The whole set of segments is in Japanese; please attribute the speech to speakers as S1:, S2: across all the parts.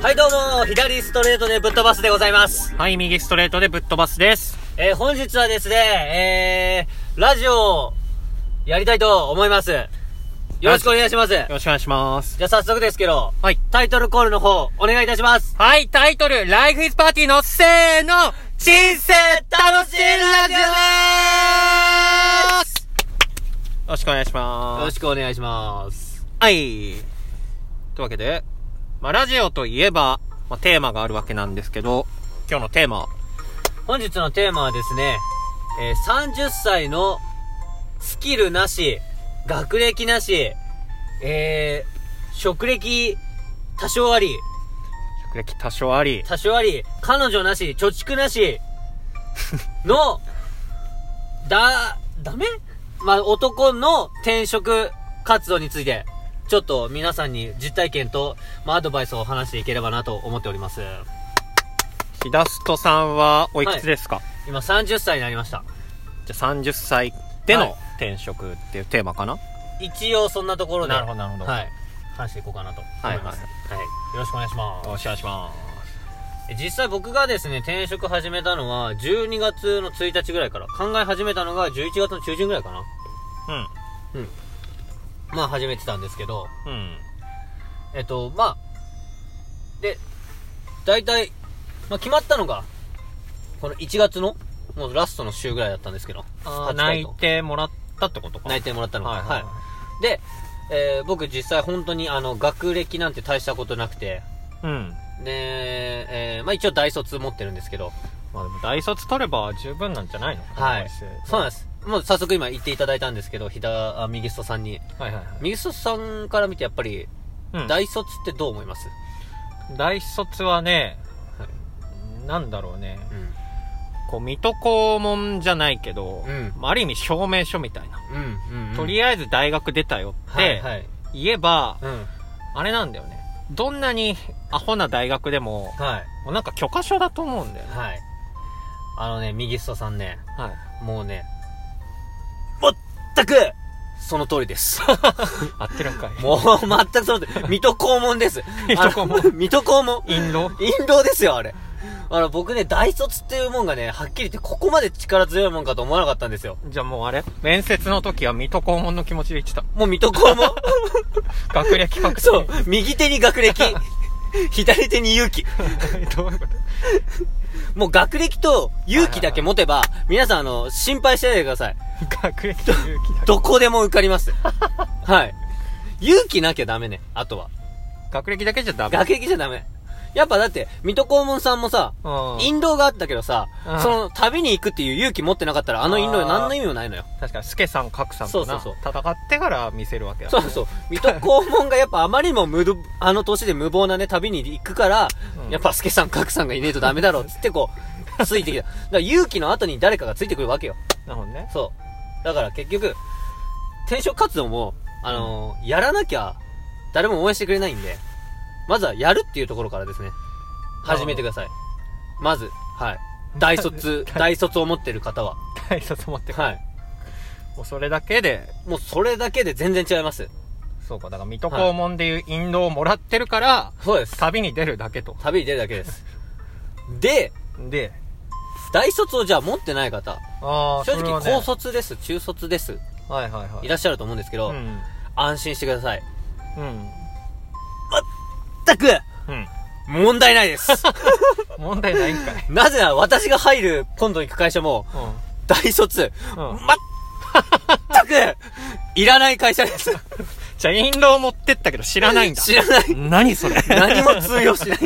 S1: はいどうも、左ストレートでぶっ飛ばすでございます。
S2: はい、右ストレートでぶっ飛ばすです。
S1: えー、本日はですね、えー、ラジオをやりたいと思います。よろしくお願いします。じ
S2: よろしくお願いします。
S1: ゃあ早速ですけど、
S2: はい。
S1: タイトルコールの方、お願いいたします。
S2: はい、タイトル、Life is Party のせーの、人生楽しいラジオでーすよろしくお願いし
S1: よ
S2: ま
S1: ろ
S2: す。
S1: しくお願いします。
S2: はい。というわけで、まあ、ラジオといえば、まあ、テーマがあるわけなんですけど、今日のテーマは、
S1: 本日のテーマはですね、えー、30歳のスキルなし、学歴なし、えー、職歴多少あり、
S2: 職歴多少あり、
S1: 多少あり、彼女なし、貯蓄な し、の、だ、ダメまあ、男の転職活動について、ちょっと皆さんに実体験と、まあ、アドバイスを話していければなと思っております。
S2: ひだすとさんはおいくつですか、
S1: 今30歳になりました。
S2: じゃあ30歳で
S1: はい
S2: の転職っていうテーマかな、
S1: 一応そんなところで、
S2: なるほどなるほど
S1: はい。話していこうかなと思います。
S2: は
S1: はい、よろしくお願いします。
S2: よろしくお願いします。
S1: 実際僕がですね、転職始めたのは、12月の1日ぐらいから、考え始めたのが11月の中旬ぐらいかな。
S2: うん。
S1: まあ、始めてたんですけど、
S2: うん。
S1: えっと、まあ、で、大体、まあ、決まったのが、この1月の、もうラストの週ぐらいだったんですけど、
S2: あー
S1: 初回
S2: 内
S1: の
S2: 定もらったってことか。
S1: 内定もらったのが、
S2: は
S1: はいい
S2: はいはい
S1: で、えー僕実際本当にあの、学歴なんて大したことなくて、
S2: うん。
S1: で、えーまあ一応大卒持ってるんですけど、
S2: まあでも大卒取れば十分なんじゃないの
S1: はいそうなん
S2: す。
S1: です。もう早速今言っていただいたんですけど、ひだ、あ、右ストさんに。
S2: はいはいは
S1: 右ストさんから見てやっぱり、
S2: い。うん
S1: 大卒ってどう思います、
S2: 大卒はね
S1: は、
S2: なんだろうね。
S1: うん。
S2: こう、水戸黄門じゃないけど
S1: うん、
S2: まあある意味証明書みたいな。
S1: うん。うん。
S2: と
S1: え
S2: りあえず大学出たよっ
S1: はい、
S2: て
S1: はい。
S2: 言えば、
S1: うん。
S2: あれなんだよね。どんなにアホな大学でも、
S1: はい。
S2: もうなんか許可書だと思うんだよね。
S1: はい。あのね、右下さんね、
S2: はい。
S1: もうね、全く、その通りです。
S2: 合ってるんかい。
S1: もう、全くその通り。水戸黄門です。
S2: 水戸黄門
S1: あの水戸黄門。
S2: 陰謀
S1: 陰謀ですよ、あれ。あの、僕ね、大卒っていうもんがね、はっきり言ってここまで力強いもんかと思わなかったんですよ。
S2: じゃあもうあれ面接の時は水戸黄門の気持ちで言ってた。
S1: もう水戸 黄門
S2: 学歴確定。
S1: そう。右手に学歴。左手に勇気。
S2: どういうこ
S1: もう学歴と勇気だけ持てば、皆さんあの、心配してないでください。
S2: と学歴と勇気だけ。
S1: どこでも受かります。はい。勇気なきゃダメね、あとは。
S2: 学歴だけじゃダメ。
S1: 学歴じゃダメ。やっぱだって、水戸黄門さんもさ、
S2: うん。
S1: 引導があったけどさ
S2: うん、
S1: その旅に行くっていう勇気持ってなかったら、あの引導は何の意味もないのよ。
S2: 確かに、スケさん、カクさん
S1: そ
S2: と
S1: うそ
S2: な、
S1: うそう
S2: 戦ってから見せるわけだ、
S1: そうそう。水戸黄門がやっぱあまりにも無度、あの年で無謀なね、旅に行くから、
S2: うん
S1: やっぱ助さん、格さんがいねえとダメだろ、つってこう、ついてきた。だから勇気の後に誰かがついてくるわけよ。
S2: なるほどね。
S1: そう。だから結局、転職活動も、あのーやらなきゃ、誰も応援してくれないんで、まずはやるっていうところからですね、
S2: ほど
S1: 始めてください。まず、はい。大 卒、大卒を持ってる方は。
S2: 大卒持ってくる。
S1: はい。
S2: もうそれだけで、
S1: もうそれだけで全然違います。
S2: そうか、だから、水戸黄門でいう引導をもらってるから、
S1: そうです。
S2: 旅に出るだけと。
S1: 旅に出るだけです。で、
S2: で、
S1: 大卒をじゃあ持ってない方、
S2: ああ、
S1: 正
S2: それ
S1: 直
S2: は
S1: 高
S2: ね、
S1: 卒です、中卒です、
S2: はいはいはいい。
S1: らっしゃると思うんですけど、
S2: うん。
S1: 安心してください。
S2: うん。
S1: 全く
S2: うん。
S1: 問題ないです。
S2: 問題ないん かい。
S1: なぜなら私が入る、今度行く会社も、
S2: う
S1: 大卒、
S2: ん。うん。
S1: 全く、いらない会社です。
S2: じゃあ、引導を持ってったけど知らないんだ。
S1: 知らない。
S2: 何それ。
S1: 何も通用しない。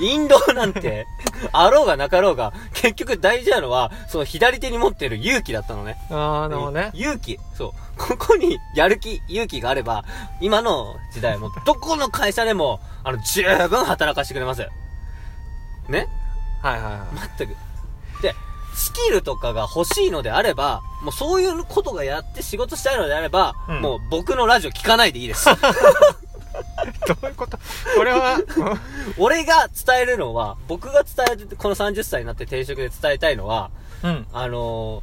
S1: インドなんて、あろうがなかろうが、結局大事なのは、その左手に持ってる勇気だったのね。
S2: ああ、なるほどね。
S1: 勇気。そう。ここにやる気、勇気があれば、今の時代も、どこの会社でも、あの、十分働かせてくれます。ね
S2: はいはいはい。
S1: 全く。で、スキルとかが欲しいのであれば、もうそういうことがやって仕事したいのであれば、
S2: うん
S1: もう僕のラジオ聞かないでいい です。
S2: どういうことこれは、
S1: 俺が伝えるのは、僕が伝えて、この30歳になって転職で伝えたいのは、
S2: うん。
S1: あのー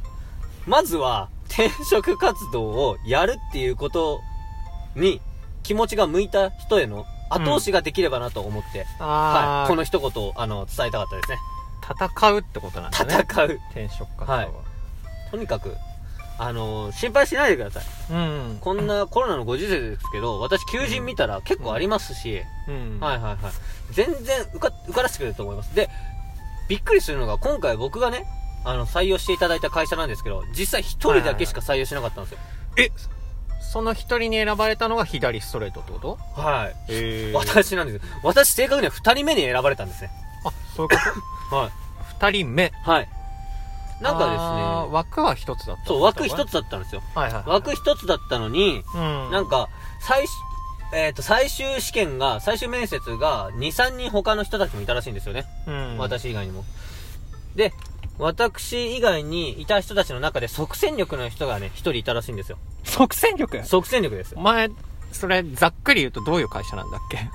S1: まずは、転職活動をやるっていうことに、気持ちが向いた人への後押しができればなと思って、
S2: あ
S1: はい。
S2: ー
S1: この一言を、あの、伝えたかったですね。
S2: 戦うってことなんだね。
S1: 戦う。
S2: 転職活動は。
S1: はいとにかく、あのー心配しないでください。
S2: うん。
S1: こんなコロナのご時世ですけど、私求人見たら結構ありますし、
S2: うん。
S1: はいはいはい。全然受か、受からせてくれると思います。で、びっくりするのが、今回僕がね、あの、採用していただいた会社なんですけど、実際一人だけしか採用しなかったんですよ。
S2: えその一人に選ばれたのが左ストレートってこと
S1: はい。
S2: え
S1: 私なんですよ。私正確には二人目に選ばれたんですね。
S2: あ、そういう こ
S1: はい。
S2: と二人目。
S1: はい。なん
S2: あ
S1: か
S2: ー
S1: ですね、
S2: 枠は一つだった。
S1: そう、枠一
S2: つ。
S1: つだったんですよ。
S2: はいはい。
S1: 枠、一つだったのに、
S2: うん。
S1: なんか、最終、えっ、と、最終試験が、最終面接が、2、3人他の人たちもいたらしいんですよね。
S2: うん。
S1: 私以外にも。で、私以外にいた人たちの中で即戦力の人がね、一人いたらしいんですよ。
S2: 即戦力
S1: 即戦力です。
S2: 前、それ、ざっくり言うとどういう会社なんだっけ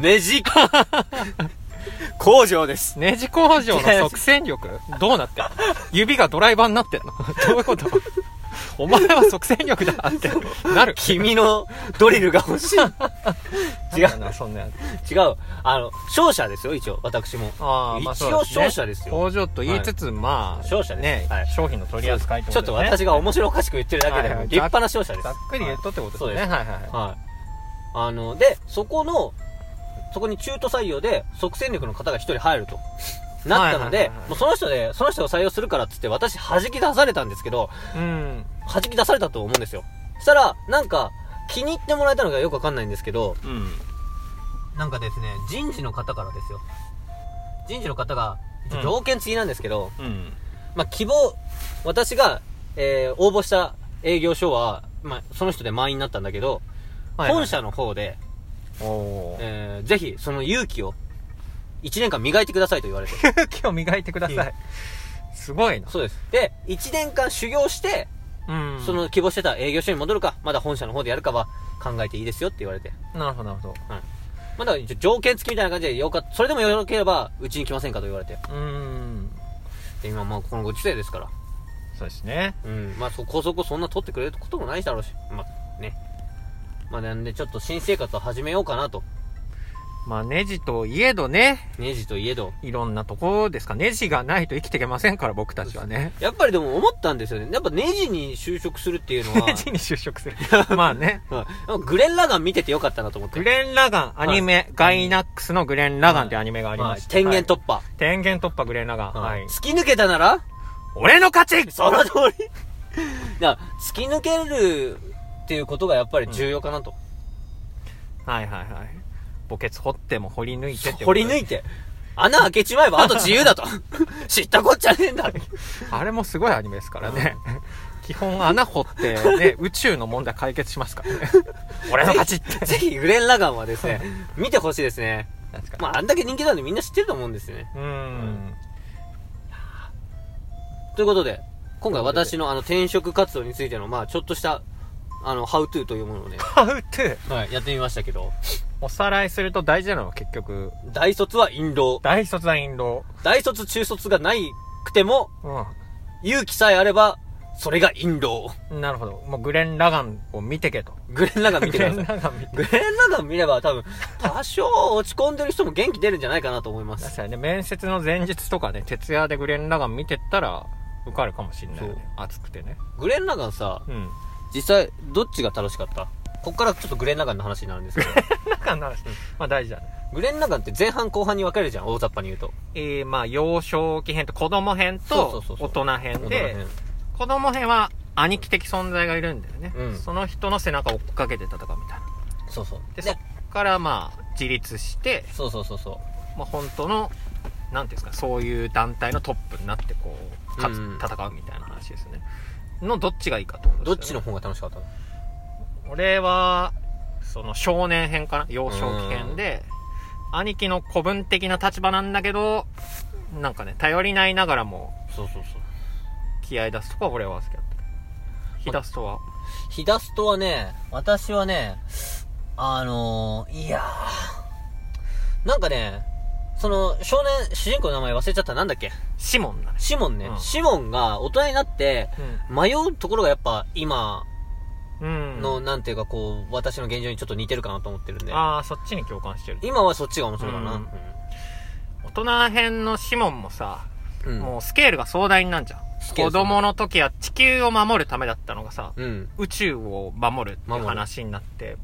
S1: ネジ 工場です。
S2: ネジ工場の即戦力どうなってんの指がドライバーになってんの どういうことお前は即戦力だってなる。
S1: 君のドリルが欲 しい。違
S2: なんだよ
S1: う、
S2: な、そんなやつ。
S1: 違う。あの、勝者ですよ、一応、私も。
S2: あーまあ
S1: 一
S2: そう
S1: 応
S2: ですね
S1: 勝者ですよ。
S2: 工場と言いつつ、まあ、
S1: 勝者です
S2: ね、
S1: はい
S2: 商品の取り扱いって
S1: ちょ
S2: こ
S1: っと
S2: とですね
S1: 私が面白おかしく言ってるだけで
S2: はいは
S1: も
S2: い
S1: 立派な勝者です。
S2: ざっくり言っとってことですね。
S1: は
S2: はいいはいは
S1: はい。あの、で、そこの、そこに中途採用で即戦力の方が一人入る と。なったの
S2: はい
S1: で
S2: はいはいは、い
S1: もうその人で、その人を採用するからっつって私弾き出されたんですけど、
S2: い。うん。
S1: 弾き出されたと思うんですよ。そしたら、なんか、気に入ってもらえたのがよくわかんないんですけど、
S2: うん。
S1: なんかですね、人事の方からですよ。人事の方が、一応条件付きなんですけど、
S2: うん。
S1: まあ、希望、私が、えー応募した営業所は、まあ、その人で満員になったんだけど、
S2: はいはい
S1: 本社の方で、
S2: お ー。
S1: えーぜひ、その勇気を、1年間磨いてくださいと言われ て。
S2: 空気を磨いてください。すごいな。
S1: そうです。で、1年間修行して、
S2: うん
S1: そ、の希望してた営業所に戻るか、まだ本社の方でやるかは考えていいですよって言われて。
S2: なるほどなるほ
S1: まあだから一応条件付きみたいな感じで、よかそれでもよければ、うちに来ませんかと言われて。
S2: ど。うん。
S1: で、今まあこのご時世ですから。
S2: そうですね。
S1: うん。まあそ、こそこそんな取ってくれることもないだろうし。まあ、ね。まあなんで、ちょっと新生活を始めようかなと。
S2: まあ、ネジといえどね、
S1: ネジといえど。
S2: いろんなとこですか。ネジがないと生きていけませんから、僕たちはね。
S1: やっぱりでも思ったんですよね。やっぱネジに就職するっていうのは
S2: ネ、ジに就職する。まあね。
S1: うんグレン・ラガン見ててよかったなと思って
S2: グ。レン・ラガン、アニメ、ガイナックスのグレン・ラガンってアニメがあり
S1: まあ
S2: まして。
S1: 天元
S2: はい、
S1: 突破、
S2: 天元突破グレン・ラガン。はい。
S1: 突き抜けたなら
S2: 俺の勝ち
S1: その通り だから突き抜けるっていうことがやっぱり重要かなと、
S2: はいはいはい。墓穴掘っても掘り抜いてって
S1: 掘り抜
S2: い
S1: いて穴開けちまえばあと自由だ と知ったこっちゃねえんだ
S2: あれもすごいアニメですからね。 基本穴掘って ね、宇宙の問題解決しますからね。 俺の勝ちって。
S1: ぜひグレン・ラガンはですね見てほしいですね
S2: 確かに
S1: まああんだけ人気なんでみんな知ってると思うんですよね
S2: うーん。
S1: ということで今回私のあの転職活動についてのまあちょっとしたあのハウトゥーというものをね、
S2: ハウトゥー
S1: はい、やってみましたけど
S2: おさらいすると大事なのは結局、
S1: 大卒は陰謀
S2: 大卒は陰謀。
S1: 大卒中卒がないくても
S2: う
S1: 勇気さえあれば、それが陰謀。
S2: ん。なるほど。もうグレン・ラガンを見てけと。
S1: グレンラガン見てください。
S2: グレン・ラガン見て。
S1: グレンラガン見れば多分、多少落ち込んでる人も元気出るんじゃないかなと思います。
S2: 確かにね、面接の前日とかね、徹夜でグレン・ラガン見てったら、受かるかもしれないよね。暑くてね。
S1: グレンラガンさ、
S2: うん。
S1: 実際、どっちが楽しかったこっからちょっとグレンラガンの話になるんですけど、
S2: ラガンの話、まあ大事だね。
S1: グレンラガンって前半後半に分かれるじゃん、大雑把に言うと。
S2: えー、まあ、幼少期編と子供編
S1: そう
S2: と
S1: そうそうそう
S2: 大人編
S1: 大人
S2: で、子供編は兄貴的存在がいるんだよね。
S1: うん
S2: その人の背中を追っかけて戦うみたいな。
S1: そうそう。
S2: で、
S1: で、
S2: そっからまあ、自立して、
S1: そうそうそうそう。
S2: まあ、本当の、なんていうんですか、そういう団体のトップになって、こう、勝つ、
S1: うん
S2: 戦うみたいな話ですよね。の、どっちがいいかと思うんです
S1: ど
S2: よ
S1: っ
S2: ね
S1: ちの方が楽しかったの
S2: 俺は、その少年編かな幼少期編で、兄貴の古文的な立場なんだけど、なんかね、頼りないながらも
S1: そうそうそう。
S2: 気合い出すとこは俺は好きだった。火出すとは、
S1: ヒダストはね、私はね、あのー、いやー、なんかね、その、少年、主人公の名前忘れちゃった、なんだっけ
S2: シモンだね。
S1: シモンね、
S2: うん
S1: シモンが大人になって、
S2: うん。
S1: 迷うところがやっぱ今、
S2: うん。
S1: の、なんていうかこう、私の現状にちょっと似てるかなと思ってるんで。
S2: ああ、そっちに共感してる。
S1: 今はそっちが面白いかな。
S2: うん大人編のシモンもさ、
S1: うん。うん
S2: もうスケールが壮大になんじゃん。
S1: スケー
S2: 子
S1: ル壮大
S2: 供の時は地球を守るためだったのがさ、
S1: うん。
S2: 宇宙を守るって
S1: 守る
S2: 話になって、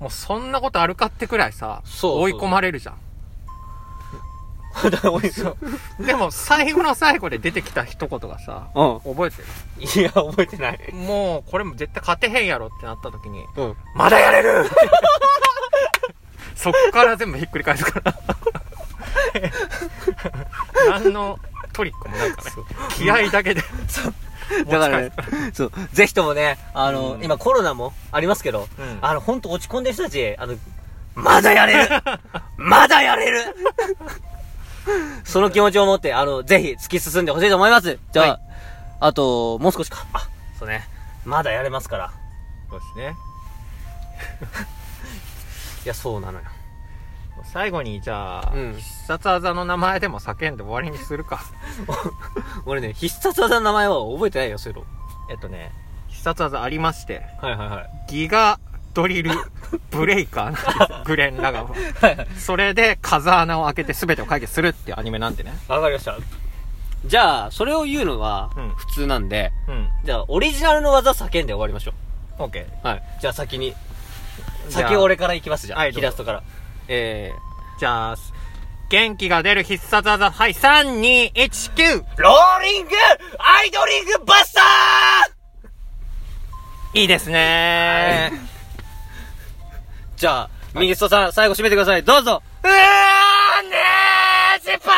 S2: もうそんなことあるかってくらいさ、
S1: そう
S2: 追い込まれるじゃん。
S1: だから俺そう。
S2: でも最後の最後で出てきた一言がさ、
S1: うん。
S2: 覚えて
S1: いや、覚えてない。
S2: るもうこれも絶対勝てへんやろってなった時に、
S1: うん。
S2: まだや れるそっから全部ひっくり返す から。何のトリックもないからね。気合だけで。
S1: だからね、そう、ぜひともね、あの、
S2: うん
S1: 今コロナもありますけど、
S2: うん
S1: あの、ほんと落ち込んでる人たち、あの、まだや れるまだやれるその気持ちを持って、あの、ぜひ突き進んでほしいと思いますじゃあ、
S2: はい
S1: あと、もう少しか。あ、そうね。まだやれますから。
S2: そうですね。
S1: いや、そうなのよ。
S2: 最後にじゃあ、
S1: うん
S2: 必殺技の名前でも叫んで終わりにするか。
S1: 俺ね、必殺技の名前は覚えてないよ、そういうの。
S2: えっとね、必殺技ありまして、
S1: はいはいはい。
S2: ギガドリルブレイカーなん ですグレン・ラガンは。
S1: はいはい。
S2: それで風穴を開けて全てを解決するっていうアニメなんでね。
S1: わかりました。じゃあ、それを言うのは
S2: うん、
S1: 普通なんで、
S2: うん。
S1: じゃあ、オリジナルの技叫んで終わりましょう。
S2: オッケー。
S1: はい。じゃあ先に。
S2: じゃあ
S1: 先俺から行きますじゃん。
S2: は
S1: はいい。
S2: どうぞ
S1: イラストから。
S2: えー、じゃあ、元気が出る必殺技、はい、3、2、1、9!
S1: ローリングアイドリングバスタ
S2: いいですね
S1: ーじゃあ、ミニストさん、最後締めてください。どう ぞ
S2: ー。うわーねージパ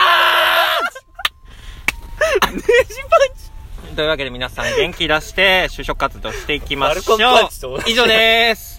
S2: ンチというわけで皆さん元気出して就職活動していきましょう
S1: バルコンパンチと同。じ
S2: 以上でーす。